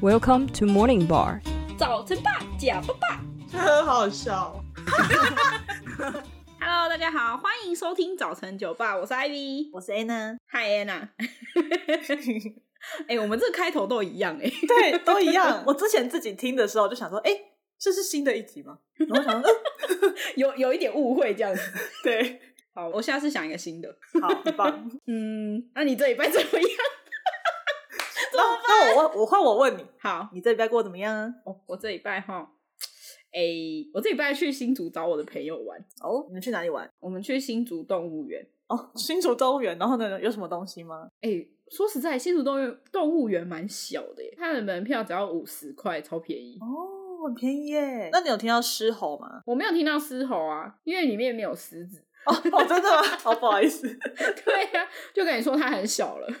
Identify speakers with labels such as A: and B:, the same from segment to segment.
A: Welcome to Morning Bar。
B: 早晨吧，假爸爸。
C: 很好笑。
B: Hello，大家好，欢迎收听早晨酒吧，我是 Ivy，
C: 我是 A 呢？
B: 嗨 Anna。哎、我们这个开头都一样哎、
C: 对， 都一样。 我之前自己听的时候就想说，哎、这是新的一集吗？ 然后想说，嗯
B: 有有一点误会这样子。
C: 对，
B: 好，我下次想一个新的。
C: 好，很 棒。
B: 嗯，那你这礼拜怎么样？
C: 那那我问，我换我问你，
B: 好，
C: 你这礼拜过得怎么样啊？
B: 哦我我这礼拜哈，哎、我这礼拜去新竹找我的朋友玩，
C: 哦，你们去哪里玩？
B: 我们去新竹动物园。
C: 哦，新竹动物园。然后呢，有什么东西吗？
B: 哎、说实在，新竹动物园动物园蛮小的耶，它的门票只要五十块，超便宜。
C: 哦，很便宜耶。那你有听到狮吼吗？
B: 我没有听到狮吼啊，因为里面没有狮子。
C: 哦，哦真的吗？ 好、不好意思。
B: 对呀、就跟你说它很小了。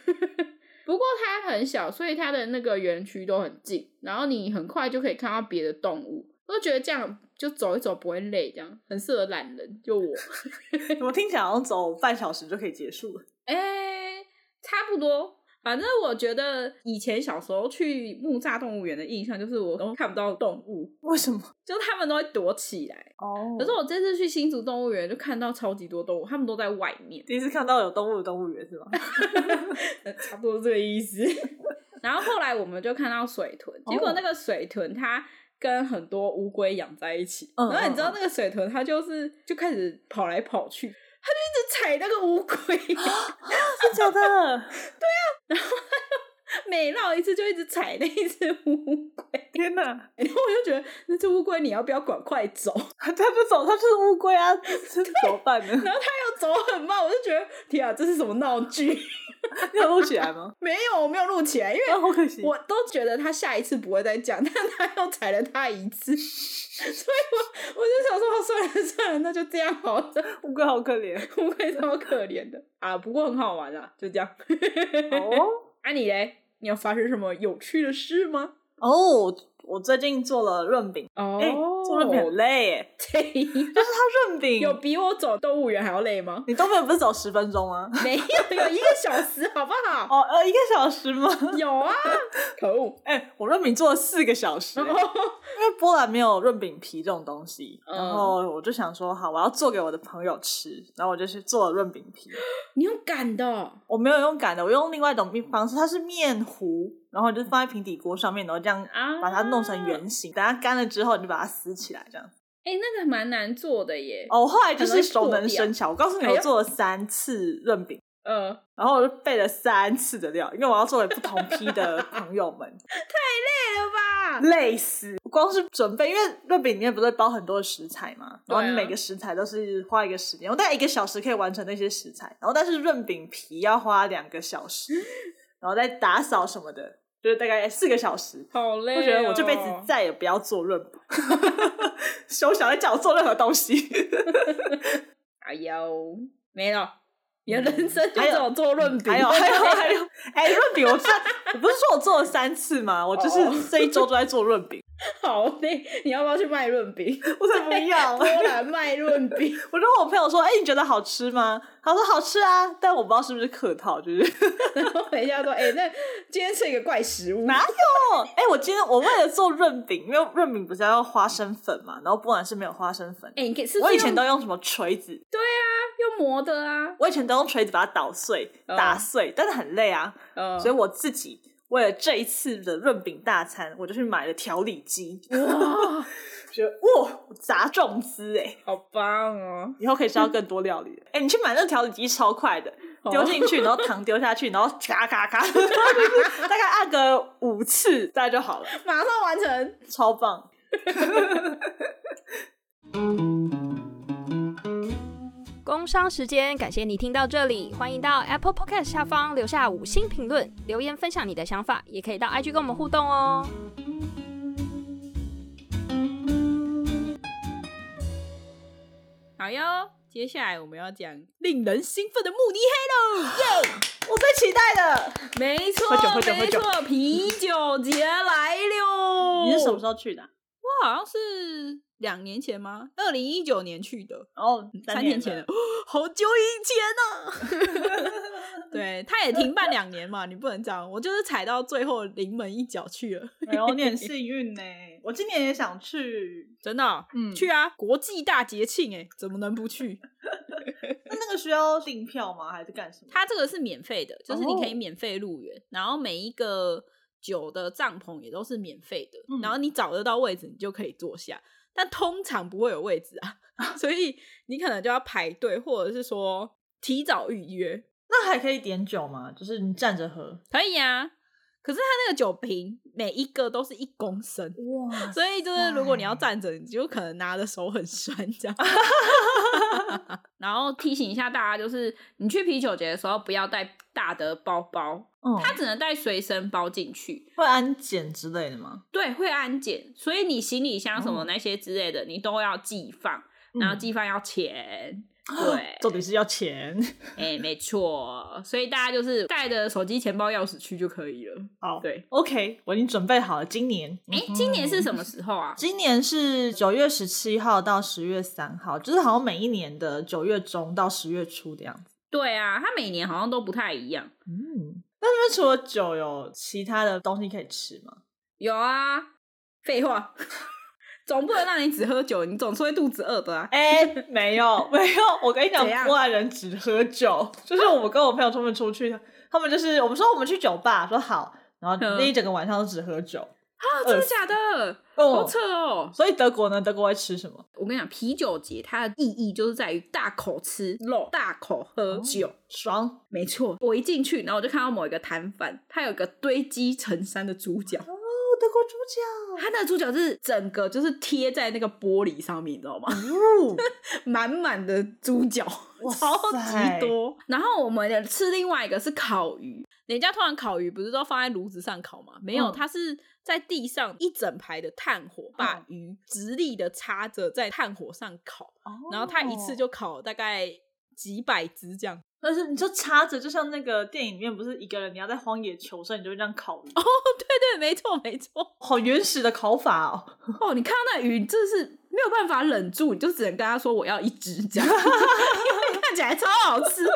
B: 不过它很小，所以它的那个园区都很近，然后你很快就可以看到别的动物。我就觉得这样就走一走不会累，这样很适合懒人，就我。
C: 怎么听起来好像走半小时就可以结束了？
B: 哎、差不多。反正我觉得以前小时候去木栅动物园的印象就是我都看不到动物，
C: 为什么？
B: 就他们都会躲起来。
C: 哦
B: 可是我这次去新竹动物园就看到超级多动物，他们都在外面。
C: 第一次看到有动物的动物园是吗？
B: 呃 差不多这个意思。 然后后来我们就看到水豚，
C: 哦
B: 结果那个水豚它跟很多乌龟养在一起，
C: 嗯
B: 然后你知道那个水豚它就是就开始跑来跑去，它就一直踩那个乌 龟，
C: 是假的？
B: 每绕一次就一直踩那一只乌龟，
C: 天哪！
B: 然后我就觉得那只乌龟你要不要赶快走？
C: 它就走，它就是乌龟啊， 这这怎么办呢？
B: 它又走很慢，我就觉得天啊，这是什么闹剧？
C: 你有录起来吗？
B: 没有，我没有录起来，因为
C: 啊，好可惜！
B: 我都觉得他下一次不会再讲，但他又踩了他一 次，所以我我就想说，哦算了算了，那就这样好了，
C: 乌龟好可怜
B: 乌龟超可怜的啊，不过很好玩啦，就这样。
C: 哦
B: 啊你嘞，你有发生什么有趣的事吗？
C: 哦。我最近做了润饼，
B: 哦
C: 哎、做润饼很累耶，
B: 这样
C: 就是它润饼
B: 有比我走动物园还要累 吗？
C: 你东北不是走十分钟吗？
B: 没有，有一个小时，好不好？
C: 哦，呃，一个小时吗？
B: 有啊，可恶！
C: 哎、我润饼做了四个小时耶，欸 因为波兰没有润饼皮这种东西，
B: 嗯
C: 然后我就想说，好，我要做给我的朋友吃，然后我就去做了润饼皮。
B: 你用赶的哦，
C: 我没有用擀的，我用另外一种方式，它是面糊，然后你就放在平底锅上面，然后这样
B: 啊
C: 把它弄成圆形。等它干了之后，你就把它撕起来，这样。
B: 哎，那个蛮难做的耶。
C: 哦，我后来就
B: 可能
C: 是
B: 会破
C: 熟能
B: 掉
C: 生巧。我告诉你，
B: 哎呦
C: 我做了三次润饼，
B: 呃，
C: 然后我就备了三次的料，因为我要做给不同批 的朋友们，
B: 累了吧？
C: 累死。光是准备，因为润饼里面不是包很多的食材嘛，然后
B: 对
C: 你
B: 啊
C: 每个食材都是花一个时间，我大概一个小时可以完成那些食材，然后但是润饼皮要花两个小时，然后再打扫什么的，就是大概四个小时。
B: 好累、哦，
C: 我觉得我这辈子再也不要做润饼， 休想再叫我做任何东西。
B: 哎呦没了，你的人生就只有做论饼，
C: 嗯还有还有还有，哎、润饼我这我不是说我做了三次吗？我就是这一周都在做润饼，
B: 好累，你要不要去卖论饼？
C: 我才不要！
B: 波兰卖论饼，
C: 我就问我朋友说：“哎、你觉得好吃吗？”他说：“好吃啊。”但我不知道是不是客套，就是
B: 然后等一下说，哎、那今天吃一个怪食物，
C: 哪有？哎、我今天我为了做润饼，因为润饼不是要花生粉嘛，然后波兰是没有花生粉。
B: 哎、你可以是不
C: 我
B: 是
C: 以前
B: 用
C: 都用什么锤子？
B: 用磨的啊，
C: 我以前都用锤子把它捣碎、
B: 嗯
C: 打碎，但是很累啊。
B: 呃，
C: 所以我自己为了这一次的润饼大餐，我就去买了调理机，
B: 哇，
C: 觉得哇，砸重资哎、
B: 好棒 哦，
C: 以后可以吃到更多料理 哦了。哎、你去买那个调理机超快的，丢进去，然后糖丢 下去，然后咔咔咔，大概按个五次，大概就好了，
B: 马上完成。
C: 超棒。
A: 工商时间，感谢你听到这里，欢迎到 Apple Podcast 下方留下五星评论，留言分享你的想法，也可以到 IG 跟我们互动哦。
B: 好哟，接下来我们要讲令人兴奋的慕尼
C: 我最期待的，
B: 黑，没错
C: 喝酒喝酒喝
B: 没
C: 酒
B: 错，啤酒节来了。
C: 你是什么时候去的啊、
B: 我好像是两年前吗？二零一九年
C: 哦
B: 去的，
C: 然后
B: 三年前的，，好久以前呢、对，
D: 啊 对，它也停办两年嘛，你不能这样。我就是踩到最后临门一脚去了，
C: 哎呦，你很幸运呢、我今年也想去，
D: 真的哦、
B: 嗯，
D: 去啊！国际大节庆，哎，怎么能不去？
C: 那那个需要订票吗？还是干什么？
D: 它这个是免费的，就是你可以
C: 哦
D: 免费入园，然后每一个酒的帐篷也都是免费的，
C: 嗯
D: 然后你找得到位置，你就可以坐下。但通常不会有位置啊， 所以你可能就要排队，或者是说提早预约，
C: 那还可以点酒吗？就是你站着喝，
D: 可以啊。可是它那个酒瓶每一个都是一公升，
C: 哇
D: 所以就是如果你要站着，你就可能拿的手很酸这 样。
B: 然后提醒一下大家，就是你去啤酒节的时候，不要带大的包包，
C: 嗯，
B: 它只能带随身包进去。
C: 会安检之类的吗？
B: 对，会安检，所以你行李箱什么
C: 哦
B: 那些之类的，你都要寄放，然后
C: 嗯，
B: 寄放要钱。对
C: 嗯 重点是要钱。
B: 哎、没错，所以大家就是带着手机、钱包、钥匙去就可以了。
C: 好，
B: 对，
C: ，OK，我已经准备好了。今年，
B: 哎、今年是什么时候啊？
C: 今年是九月十七号到十月三号，就是好像每一年的九月中到十月初的样子。
B: 对啊，它每年好像都不太一样。
C: 嗯，那边除了酒有其他的东西可以吃吗？
B: 有啊，废话， 总不能让你只喝酒，你总是会肚子饿的啊。
C: 哎、没有，没有。我跟你讲
B: 怎，样
C: 波兰人只喝酒，就是我跟我朋友他们出去，他们就是我们说我们去酒吧，说好，然后
B: 嗯
C: 那一整个晚上都只喝酒。
B: 啊，真的假的？好
C: 哦，
B: 扯哦！
C: 所以德国呢？德国会吃什么？
B: 我跟你讲，啤酒节它的意义就是在于大口吃肉，大口
C: 哦
B: 喝酒。
C: 爽，
B: 没错，我一进去，然后我就看到某一个摊贩，他有个堆积成山的猪脚，
C: 哦，德国猪脚，
B: 他那个猪脚是整个就是贴在那个玻璃上面，你知道吗？
C: 哦，
B: 满满的猪脚，
C: 哇
B: 超级
C: 塞
B: 多。然后我们也吃另外一个是烤鱼，
D: 人家通常烤鱼不是都放在炉子上烤吗？没有，
C: 嗯
D: 它是在地上一整排的炭火，把
C: 嗯
D: 鱼直立的插着在炭火上烤，然后它一
B: 哦
D: 次就烤大概几百只这样。
C: 但是你就插着，就像那个电影里面不是一个人，你要在荒野求生，你就会这样烤鱼，
D: 对对，没错没错。
C: 哦好原始的烤法哦。
B: 哦，你看到那鱼，真的是没有办法忍住，你就只能跟他说我要一只这样， 因为看起来超好吃 的、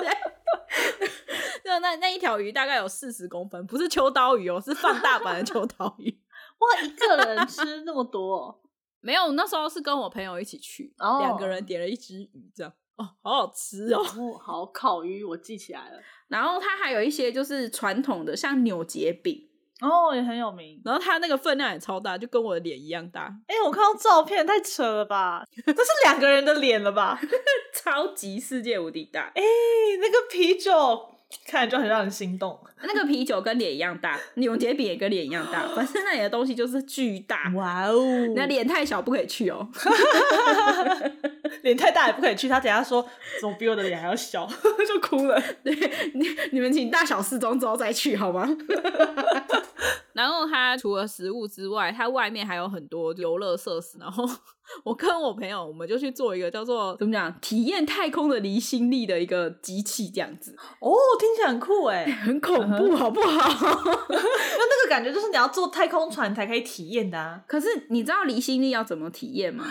D: 那啊那那一条鱼大概有四十公分，不是秋刀鱼哦，是放大版的秋刀鱼。
C: 哇，一个人吃那么多、哦，
D: 没有，那时候是跟我朋友一起去，
C: 哦
D: 两个人点了一只鱼，这样哦，好好吃哦。
C: 哦，好烤鱼，我记起来了。
B: 然后它还有一些就是传统的，像扭结饼，
C: 哦，也很有名。
D: 然后它那个分量也超大，就跟我的脸一样大，
C: 哎、我看到照片，太扯了吧？这是两个人的脸了吧？
B: 超级世界无敌大。
C: 哎、那个啤酒看着就很让人心动。
B: 那个啤酒跟脸一样大，扭结饼也跟脸一样 大，反正那里的东西就是巨大。
C: 哇哦，
B: 那脸太小不可以去 哦。
C: 脸太大也不可以去，他等下说怎么比我的脸还要小， 就哭了。
B: 对， 你你们请大小适中之后再去好 吗？
D: 然后它除了食物之外，它外面还有很多游乐设施。 然后我跟我朋友，我们就去做一个叫做
B: 怎么讲？体验太空的离心力的一个机器，这样子
C: 哦，听起来很酷哎。
B: 很恐怖，好不好？
C: 那那个感觉就是你要坐太空船才可以体验的啊，
B: 可是你知道离心力要怎么体验吗？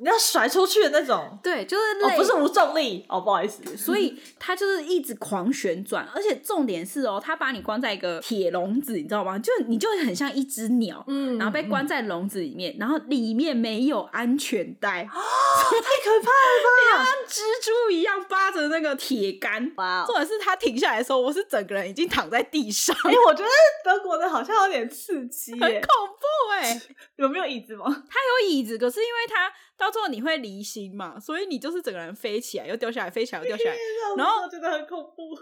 C: 你要甩出去的那种。
B: 对，就是
C: 哦
B: 类，
C: 不是无重力哦，不好意思。
B: 所以它就是一直狂旋转，而且重点是哦，它把你关在一个铁笼子，你知道吗？就你就很像一只鸟，
C: 嗯
B: 然后被关在笼子里面，然后里面没有安全带，
C: 太可怕了吧！
B: 像蜘蛛一样扒着那个铁杆。
C: 哇哦
D: 重点是他停下来的时候，我是整个人已经躺在地上，
C: 哎、我觉得德国的好像有点刺激耶，
D: 恐怖哎、
C: 有没有椅子吗？
D: 它有椅子，可是因为它到最后你会离心嘛，所以你就是整个人飞起来，又掉下来，飞起来又掉下来。
C: 嗯
D: 然后
C: 我觉得很恐怖。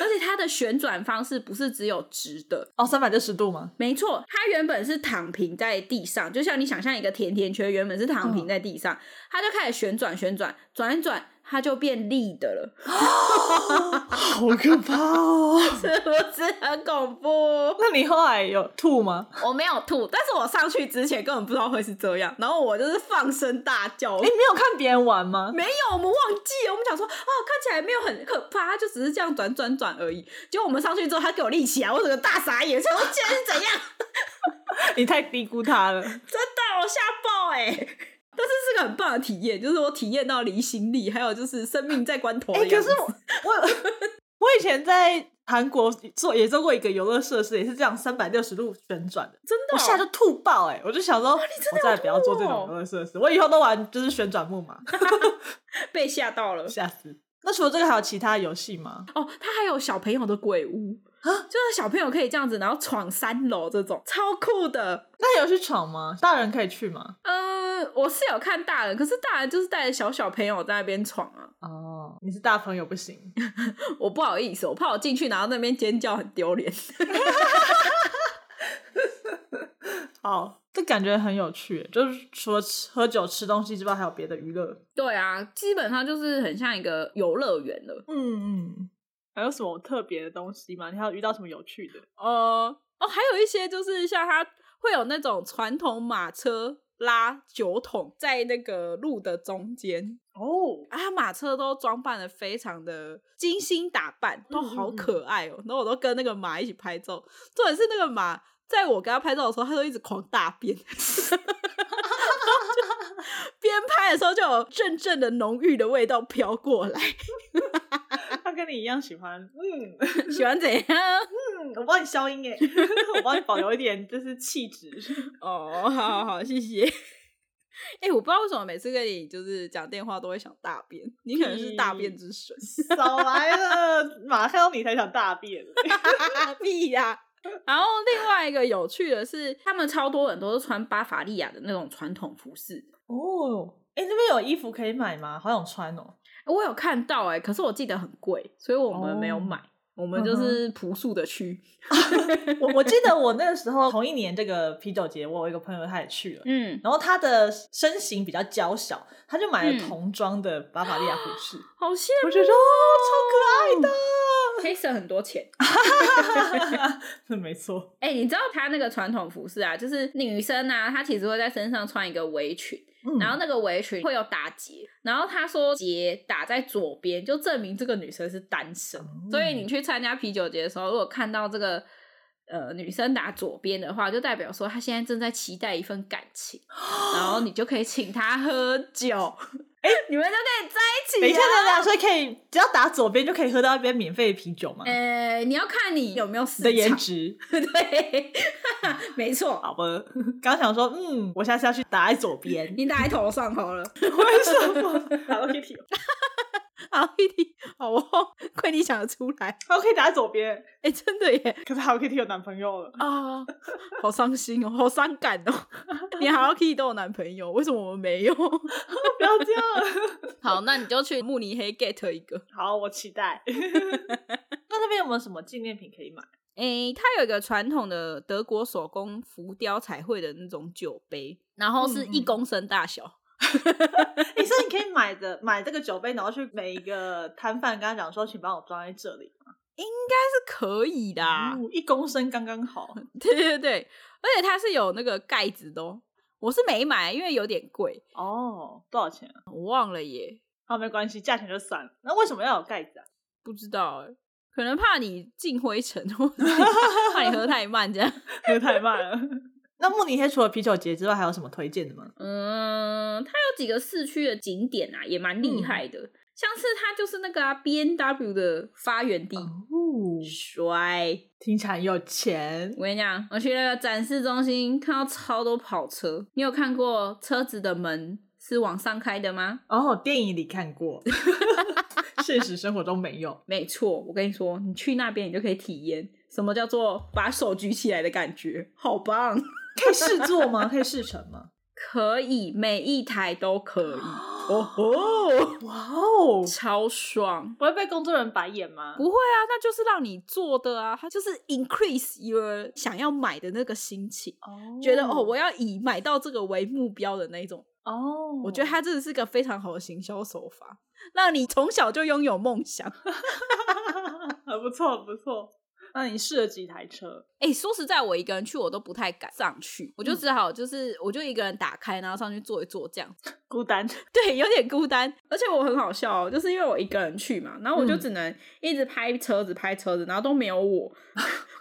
B: 而且它的旋转方式不是只有直的，
C: 哦，三百六十度吗？
B: 没错，它原本是躺平在地上，就像你想象一个甜甜圈原本是躺平在地上，它就开始旋转旋转转一转，它就变立的 了，
C: 好可怕哦！
B: 是不是很恐怖？
C: 那你后来有吐吗？
B: 我没有吐，但
D: 但是我上去之前根本不知道会是这样，然后我就是放声大叫，
C: 哎、你没有看别人玩吗？
D: 没有，我们忘记了。我们想说，哦，看起来没有很可怕，它就只是这样转转转而已。结果我们上去之后，它给我立起来，我整个大傻眼，想说竟然是怎样，
C: 你太低估他了。
D: 真的我吓爆哎、
B: 欸
D: 但是是个很棒的体
B: 欸
D: 验，就是我体验到离心力，还有就是生命在关头
C: 哎、
D: 的
C: 可
D: 样
C: 是
D: 子。
C: 我我 我以前前在韩国做也做过一个游乐设施，也是这样三百六十度旋转的，
D: 真的哦、
C: 我吓得吐爆哎、我就想说，我再也不要做这种
B: 哦
C: 游乐设施，我以后都玩就是旋转木马，
B: 被吓到了。
C: 吓死。那除了这个还有其他游戏吗？
B: 哦，他还有小朋友的鬼屋，就是小朋友可以这样子，然后闯三楼这种，超酷的。
C: 那有去闯吗？大人可以去吗？
B: 呃，我是有看大人，可是大人就是带着小小朋友在那边闯啊，
C: 哦，你是大朋友不行，
B: 我不好意思，我怕我进去然后那边尖叫很丢脸。
C: 好，这感觉很有趣耶，就是除了吃喝酒、吃东西之外，还有别的娱乐。
B: 对啊，基本上就是很像一个游乐园了。
C: 嗯嗯，还有什么特别的东西吗？你还有遇到什么有趣的？
D: 呃，哦，还有一些就是像它会有那种传统马车拉酒桶在那个路的中间
C: 哦，
D: 啊，马车都装扮的非常的精心打扮，都好
C: 嗯嗯
D: 可爱哦。然后我都跟那个马一起拍照，重点是那个马。在我跟他拍照的时候，他都一直狂大便， 然后就边拍的时候就有阵阵的浓郁的味道飘过来。
C: 啊他跟你一样喜欢，嗯
D: 喜欢怎样？
C: 嗯，我帮你消音耶， 我帮你保留一点就是气质。
D: 哦，好好好，谢谢。哎、我不知道为什么每次跟你就是讲电话都会想大便，你可能是大便之 神。
C: 少来了，马上你才想大便。
D: 屁呀、
B: 然后另外一个有趣的是，他们超多人都是穿巴伐利亚的那种传统服饰，
C: 哦，哎，那边有衣服可以买吗？好想穿哦。
B: 我有看到哎、可是我记得很贵，所以我们没有买，我们就是朴素的去。
C: 我我记得我那个时候同一年这个啤酒节，我有一个朋友他也去了。
B: 嗯，
C: 然后他的身形比较娇小，他就买了
B: 嗯
C: 童装的巴伐利亚服 饰，
B: 好羡
C: 我觉得哦，
B: 慕，可以省很多钱。
C: 超可爱的， 是没错，
B: 哎、你知道他那个传统服饰啊，就是女生啊，她其实会在身上穿一个围裙，
C: 嗯
B: 然后那个围裙会有打结，然后他说结打在左边，就证明这个女生是单身。所以
D: 哦
B: 你去参加啤酒节的时候，如果看到这个呃女生打左边的话，就代表说她现在正在期待一份感 情，然后你就可以请她喝酒，哎、你们就可以在
C: 等
B: 一
C: 一
B: 起
C: 下，
B: 啊、
C: 等一下，所以可以只要打左边就可以喝到一杯免费的啤酒嘛？
B: 呃，你要看你有没有市
C: 你的颜
B: 场，
C: 值，
B: 对， 没错，
D: 哦
C: 好吧？ 刚想说，嗯，我下次要去打在左边，
B: 你打在头上好了。
C: 为什 么？Hello Kitty，Hello
D: 好，弟弟，好哦， 亏你想得出来。
B: 哦
C: Kitty 打在左边，
D: 哎、真的耶，
C: 可是 Hello Kitty 有男朋友了，
D: 啊， 好伤心哦，好伤感 哦。连 Hello Kitty 都有男朋友，为什么我们没有？
C: 不要这样。
D: 好，那你就去慕尼黑 get 一个。
C: 好，我期待。 那那边有没有什么纪念品可以买？
D: 诶、它有一个传统的德国手工浮雕彩绘的那种酒杯，然后是
C: 嗯嗯
D: 一公升大小。
C: 你说你可以买的买这个酒杯，然后去每一个摊贩跟他讲说，请帮我装在这里。
D: 是可以的啊、
C: 哦一公升刚刚好。
D: 对对对，而且它是有那个盖子的、哦。我是没买，因为有点贵，
C: 哦，多少钱啊？
D: 我忘了耶，
C: 好，没关系，价钱就算了。那为什么要有盖子啊？
D: 不知道哎，可能怕你进灰尘，或者是怕你喝太慢这样。
C: 喝太慢了。 那慕尼黑除了啤酒节之外，还有什么推荐的吗？
B: 嗯，它有几个市区的景点啊，也蛮
D: 嗯
B: 厉害的。像是它就是那个啊，B N W 的发源地，
C: 哦，
B: 帅！
C: 听起来很有钱
B: 我跟你讲，我去那个展示中心看到超多跑车。你有看过车子的门是往上开的吗？
C: 哦。电影里看过， 现实生活中没有。
B: 没错，我跟你说，你去那边你就可以体验什么叫做把手举起来的感觉，好棒！
C: 可以试做吗？可以试乘吗？
B: 可以，每一台都可以，
D: 哦吼，
C: 哇哦！
B: 超爽。
C: 不会被工作人员白眼吗？
D: 不会啊，那就是让你做的啊，它就是 increase your 想要买的那个心情，
C: 哦
D: 觉得哦，我要以买到这个为目标的那一种。
C: 哦，
D: 我觉得它真的是个非常好的行销手法，让你从小就拥有梦想。
C: 很 不错，不错。那你试了几台车？
D: 哎、说实在，我一个人去我都不太敢上去，我就只好就是、我就一个人打开，然后上去坐一坐这样子。
C: 孤单。
D: 对，有点孤单。
B: 而且我很好笑哦，就是因为我一个人去嘛，然后我就
C: 嗯
B: 只能一直拍车子拍车子，然后都没有我，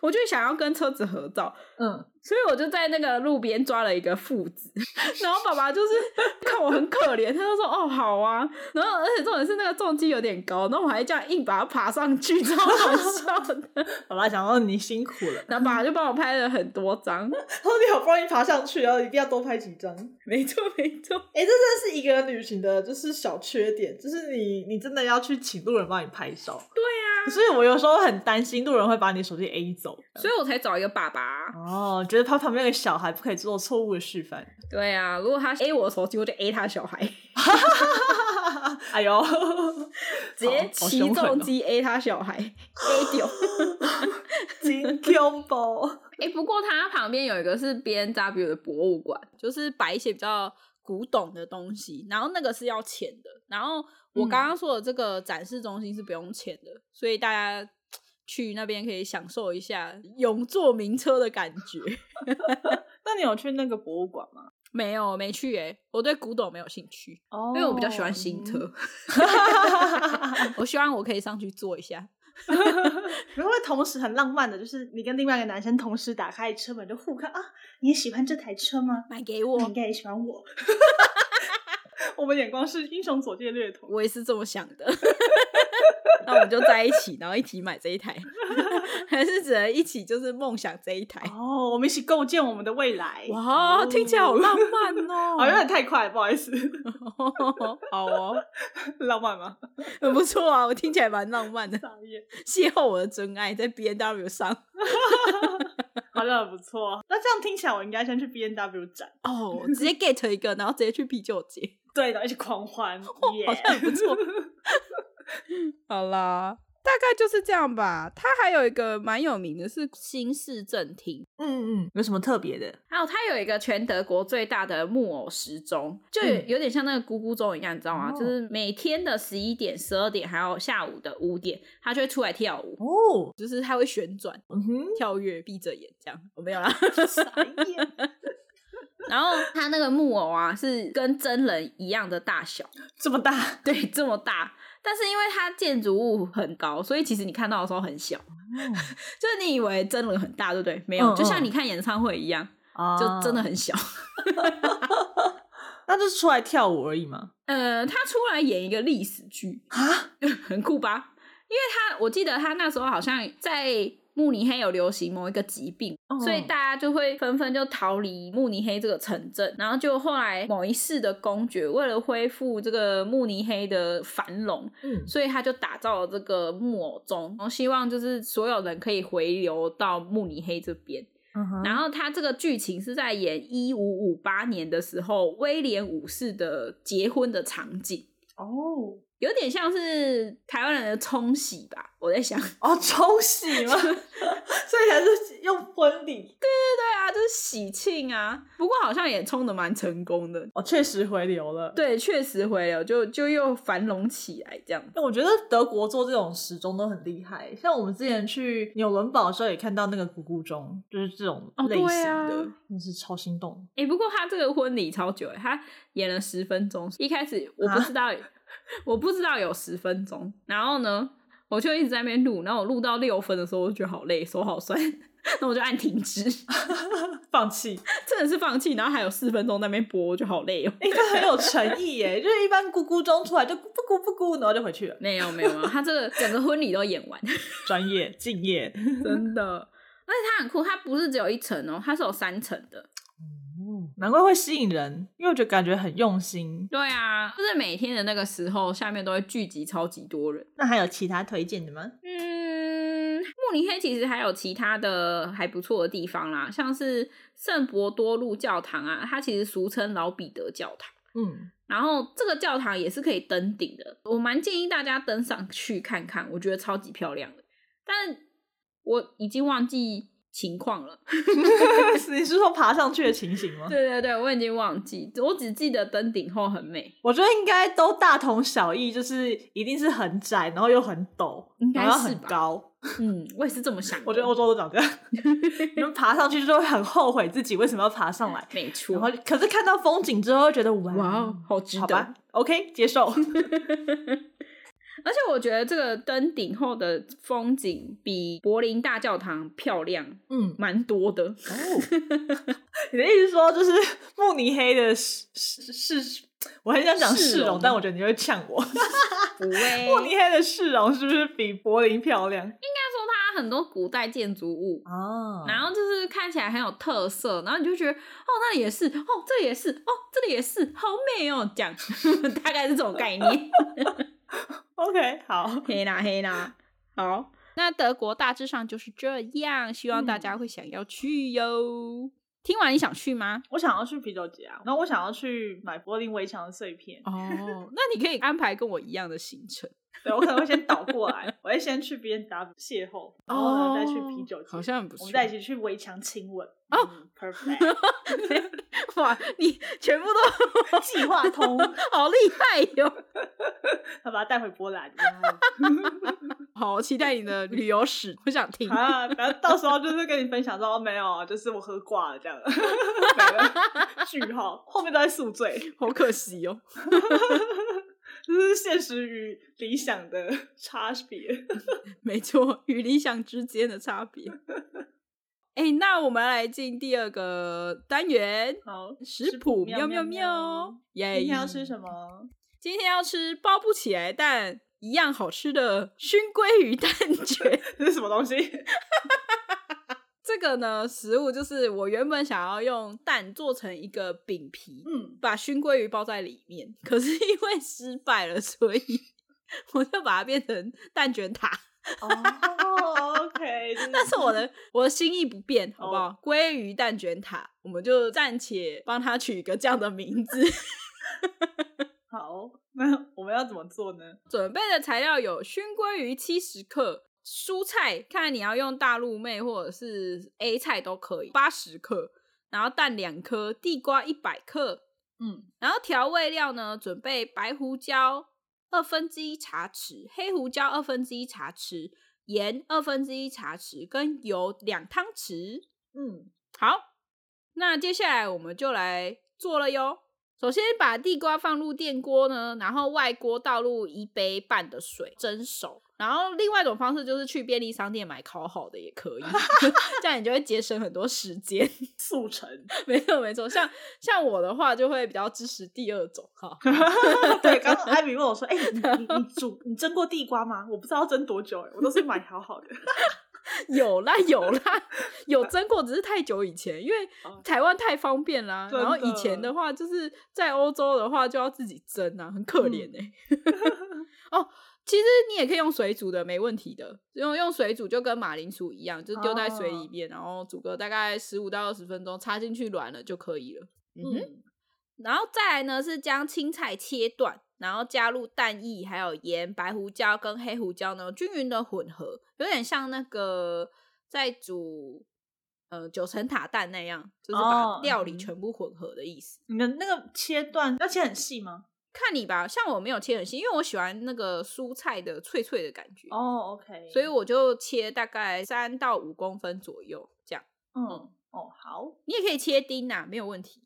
B: 我就想要跟车子合照，
C: 嗯，
B: 所以我就在那个路边抓了一个父子， 然后爸爸就是看我很可怜，他就说：“哦，好啊。”然后而且重点是那个重机有点高，然后我还这样硬把它爬上去，超好笑的。
C: 好啦，想到你辛苦 了，
B: 然后爸爸就帮我拍了很多 张，
C: 然后你好不容易爬上去，然后一定要多拍几张。
B: 没错没错，
C: 哎、这真的是一个人旅行的，就是小缺点，就是你你真的要去请路人帮你拍照。对啊呀、可是我有时候很担心路人会把你手机 A 走。
B: 所以我才找一个爸爸啊、
C: 哦，觉得他旁边有个小孩不可以做错误的示范。
B: 对啊，如果他 A 我的手机，我就 A 他小孩，
C: 哎 呦，
B: 直接
C: 好
B: 骑
C: 凶狠
B: 重
C: 哦
B: 机 A 他小孩，A 掉。
C: 金 Q 包，
B: 哎、不过它旁边有一个是 B N W 的博物馆，
D: 就是摆一些比较古董的东西，然后那个是要钱的。然后我刚刚说的这个展示中心是不用钱的，所以大家去那边可以享受一下永坐名车的感觉。
C: 那你有去那个博物馆吗？
D: 没有，没去诶、我对古董没有兴趣，
C: 哦
D: 因为我比较喜欢新车。哦 我希望我可以上去坐一下。
C: 然后会同时很浪漫的，就是你跟另外一个男生同时打开车门就互看啊，你喜欢这台车吗？
D: 买给
C: 你
D: 我
C: 应，该也喜欢我。嗯 我们眼光是英雄所见略同。
D: 我也是这么想的。 那我们就在一起，然后一起买这一台， 还是只能一起就是梦想这一台？
C: 哦，我们一起构建我们的未来。
D: 哇，
C: 哦
D: 听起来好浪漫 哦！
C: 哦，有点太快， 不好意思，
D: 好哦，
C: 浪漫吗？
D: 很不错啊，我听起来蛮浪漫的。
C: 傻眼，
D: 邂逅我的真爱在 B N W 上
C: 好像很不错。那这样听起来，我应该先去 B N W 展，
D: 哦，直接 get 一个，然后直接去啤酒节，哦
C: 对的，一起狂 欢，耶、嗯
D: 好像很不错。 好啦，大概就是这样吧。它还有一个蛮有名的是新市政厅，
C: 嗯嗯，有什么特别的？
B: 还有它有一个全德国最大的木偶时钟，就有
C: 嗯
B: 有点像那个咕咕钟一样，你知道吗？
C: 哦
B: 就是每天的十一点、十二点，还有下午的五点，它就会出来跳舞。
C: 哦，
D: 就是它会旋转、
C: 嗯哼，
D: 跳跃、闭着眼这样，我没有啦。
C: 傻眼，
B: 然后它那个木偶啊，是跟真人一样的大小，
C: 这么大，
B: 对，这么大。但是因为它建筑物很高，所以其实你看到的时候很小， 就是你以为真人很大，对不对？没有，
C: 哦嗯嗯
B: 就像你看演唱会一样，
C: 啊
B: 就真的，很小。
C: 那就是出来跳舞而已嘛。
B: 呃，他出来演一个历史剧
C: 啊，
B: 很酷吧？因为他我记得他那时候好像在慕尼黑有流行某一个疾病，
C: 哦
B: 所以大家就会纷纷就逃离慕尼黑这个城镇，然后就后来某一世的公爵为了恢复这个慕尼黑的繁荣，
C: 嗯，
B: 所以他就打造了这个木偶钟，然后希望就是所有人可以回流到慕尼黑这边。
C: 嗯哼
B: 然后他这个剧情是在演一五五八年的时候，威廉五世的结婚的场景，
C: 哦
B: 有点像是台湾人的冲喜吧。我在想，对
C: 哦，冲洗吗？ 所以还是用婚礼。
B: 啊，就是喜庆啊。不过好像也冲的蛮成功的，
C: 哦，确实回流了。
B: 对，确实回流就就又繁荣起来这样。
C: 那我觉得德国做这种时钟都很厉害，像我们之前去纽伦堡的时候也看到那个咕咕钟，就是这种
B: 哦
C: 类型
B: 对啊
C: 的，真、是超心动。
B: 哎、不过他这个婚礼超久欸，他演了十分钟。一开始我不知道，我不知道有十分钟。然后呢，我就一直在那边录，然后我录到六分的时候，我就觉得好累，手好酸，那我就按停止，
C: 放弃，
B: 真的是放弃。然后还有四分钟在那边播，我就好累哦。
C: 哎、他很有诚意耶，就是一般咕咕钟出来就咕咕咕咕，然后就回去了，
B: 没有没有没有，他这 个整个婚礼都演完，
C: 专业敬业。
B: 真的。而且它很酷，它不是只有一层哦，它是有三层的。
C: 难怪会吸引人，因为我觉得感觉很用心。
B: 对啊，就是每天的那个时候，下面都会聚集超级多人。
C: 那还有其他推荐的吗？
B: 嗯，慕尼黑其实还有其他的还不错的地方啦，像是圣伯多禄教堂啊，它其实俗称老彼得教堂。
C: 嗯，
B: 然后这个教堂也是可以登顶的，我蛮建议大家登上去看看，我觉得超级漂亮的。但我已经忘记情况了，
C: 你是说爬上去的情形吗？
B: 对对对，我已经忘记，我只记得登顶后很美，
C: 我觉得应该都大同小异，就是一定是很窄，然后又很陡，
B: 应该
C: 然后
B: 是
C: 很
B: 吧
C: 高。
B: 嗯，我也是这么想的。
C: 我觉得欧洲都长这样，你们爬上去就会很后悔自己为什么要爬 上来，
B: 没
C: 然
B: 错，
C: 后可是看到风景之后又觉得哇，
B: 哦哇哦，好值
C: 好
B: 得
C: 吧。，OK，接受。
E: 而且我觉得这个登顶后的风景比柏林大教堂漂亮
C: 嗯，
E: 蛮多的。
C: 你的意思是说就是慕尼黑的市市市，我很想讲
E: 市
C: 市容
E: 容，
C: 但我觉得你会呛我。
E: 不会，
C: 慕尼黑的市容是不是比柏林漂亮？
E: 它很多古代建筑物，
B: 嗯
C: 哦
E: 然后就是看起来很有特色，然后你就觉得哦，那里也是，哦，这里也是，哦，这里也是，好美哦，这样 大概是这种概 念。
C: OK，好，
E: 黑啦黑啦，好，嗯
B: 那德国大致上就是这样，希望大家会想要去哟。听完你想去吗？
C: 我想要去啤酒节啊，然后我想要去买柏林围墙的碎片。
B: 哦，那你可以安排跟我一样的行程
C: 对我可能会先倒过来，我会先去 B N W 邂逅，然后呢再去啤酒节，
B: 哦好像很不错。
C: 我们再一起去围墙亲吻。
B: 哦
C: 嗯，perfect，
B: 哇，你全部都
C: 计划通，
B: 好厉害哟、
C: 要把它带回波兰。嗯
B: 好期待你的旅游史，我想听。
C: 啊，然后到时候就是跟你分享说，哦，没有啊，就是我喝挂了这样，没了，句号，后面都在宿醉，
B: 好可惜哦。
C: 这是现实与理想的差别。
B: 没错，与理想之间的差别。哎，那我们来进第二个单元，
C: 好，
B: 食谱喵喵
C: 喵
B: 喵，哎耶！
C: 今天要吃什？么？
B: 今天要吃包不起来但一样好吃的熏鲑鱼蛋卷。
C: 这是什么东西？
B: 这个呢，食物就是我原本想要用蛋做成一个饼皮，
C: 嗯，
B: 把熏鲑鱼包在里面，可是因为失败了，所以 我就把它变成蛋卷塔。
C: 哦，OK，就是
B: 但是我的我的心意不变，好不好
C: 哦？
B: 鲑鱼蛋卷塔，我们就暂且帮它取一个这样的名字。
C: 好，那我们要怎么做呢？
B: 准备的材料有熏鲑鱼七十克。蔬菜看你要用大陆妹或者是 A 菜都可以，八十克，然后蛋两颗，地瓜一百克，
C: 嗯，
B: 然后调味料呢，准备白胡椒二分之一茶匙，黑胡椒二分之一茶匙，盐二分之一茶匙，跟油两汤匙。
C: 嗯，
B: 好，那接下来我们就来做了哟。首先把地瓜放入电锅呢，然后外锅倒入一杯半的水蒸熟。然后另外一种方式就是去便利商店买烤好的也可以，这样你就会节省很多时间。
C: 速 成。
B: 没错没错，像像我的话就会比较支持第二种哈。
C: 对，刚刚艾米问我说：“哎、你你你煮你蒸过地瓜吗？我不知道要蒸多久、欸我都是买好好的。
B: 有啦有啦，有蒸过，只是太久以前，因为
C: 哦
B: 台湾太方便啦。
C: 真
B: 然
C: 的
B: 后以前的话，就是在欧洲的话就要自己蒸啊，很可怜
C: 嗯
B: 哎、 哦，其实你也可以用水煮的，没问题的。用用水煮就跟马铃薯一样，就丢在水
C: 哦
B: 里面，然后煮个大概十五到二十分钟，插进去软了就可以了。嗯哼。
C: 嗯，
B: 然后再来呢是将青菜切断，然后加入蛋液、还有盐、白胡椒跟黑胡椒呢均匀的混合，有点像那个在煮呃九层塔蛋那样，就是把
C: 哦
B: 料理
C: 嗯
B: 全部混合的意思。
C: 你的那个切断要切很细吗？
B: 看你吧，像我没有切很细，因为我喜欢那个蔬菜的脆脆的感觉，
C: 哦，OK、o k
B: 所以我就切大概三到五公分左右这样。
C: 嗯，哦，好，
B: 你也可以切丁呐、没有问题。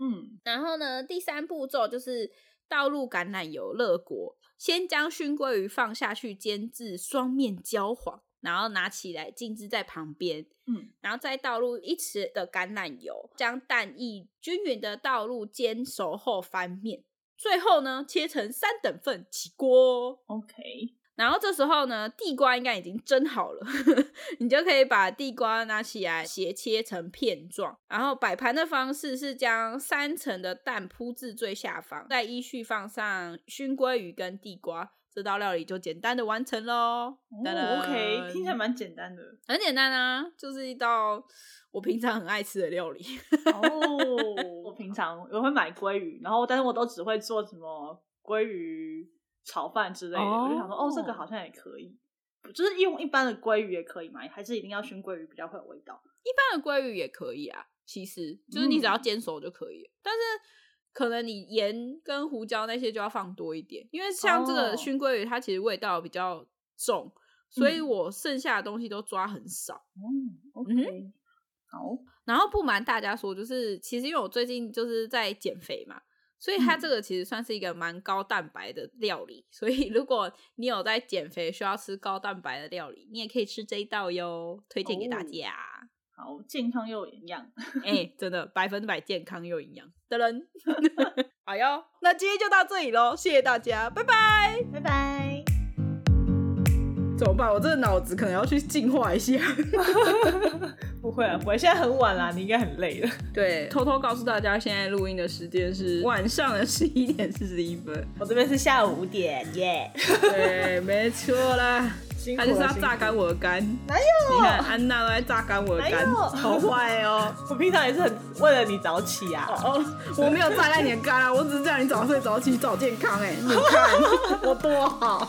C: 嗯，
B: 然后呢，第三步骤就是倒入橄榄油热锅，先将熏鲑鱼放下去煎至双面焦黄，然后拿起来静置在旁边。
C: 嗯，
B: 然后再倒入一匙的橄榄油，将蛋液均匀的倒入煎熟后翻面。最后呢，切成三等份起锅。哦
C: ，OK，
B: 然后这时候呢，地瓜应该已经蒸好了， 你就可以把地瓜拿起来斜切成片状。然后摆盘的方式是将三层的蛋铺至最下方，再依序放上熏鲑鱼跟地瓜，这道料理就简单的完成喽。
C: 哦
B: 噔噔
C: ，OK，听起来蛮简单的。
B: 很简单啊，就是一道我平常很爱吃的料理。
C: 哦， 我平常我会买鲑鱼，然后但是我都只会做什么鲑鱼炒饭之类的，我就想说，哦，这个好像也可以，就是用一般的鲑鱼也可以嘛，还是一定要熏鲑鱼比较会有味道？
B: 一般的鲑鱼也可以啊，其实就是你只要
C: 嗯
B: 煎熟就可以了、但是可能你盐跟胡椒那些就要放多一点，因为像这个
C: 哦
B: 熏鲑鱼，它其实味道比较重，所以
C: 嗯
B: 我剩下的东西都抓很少。
C: 嗯，OK，、好，
B: 然后不瞒大家说，就是其实因为我最近就是在减肥嘛，所以它
C: 嗯
B: 这个其实算是一个蛮高蛋白的料理。所以如果你有在减肥需要吃高蛋白的料理，你也可以吃这一道哟，推荐给大
C: 哦
B: 家。
C: 好健康又有营养。
B: 哎、真的百分之百健康又营养的人。 好哟，那今天就到这里喽，谢谢大家，拜拜。
C: 拜拜。
F: 怎么办？我这个脑子可能要去净化一 下。
C: 不会啊，不会，现在很晚啦，你应该很累了。
B: 对，偷偷告诉大家，现在录音的时间 是晚上的十一点四十一分。
C: 我这边是下午五点耶，
B: 对，没错啦，
C: 辛苦
B: 他
C: 了
B: 就是要
C: 辛苦
B: 榨干我的肝。
C: 哪有？
B: 你看，安娜都在榨干我的
C: 哎
B: 肝，
C: 呦
B: 好坏哦。
C: 我平常也是很为了你早起啊。
F: 哦，我没有榨
B: 欸
F: 干你的肝啊，我只是叫你早睡早起早健康、哎，你看我多好。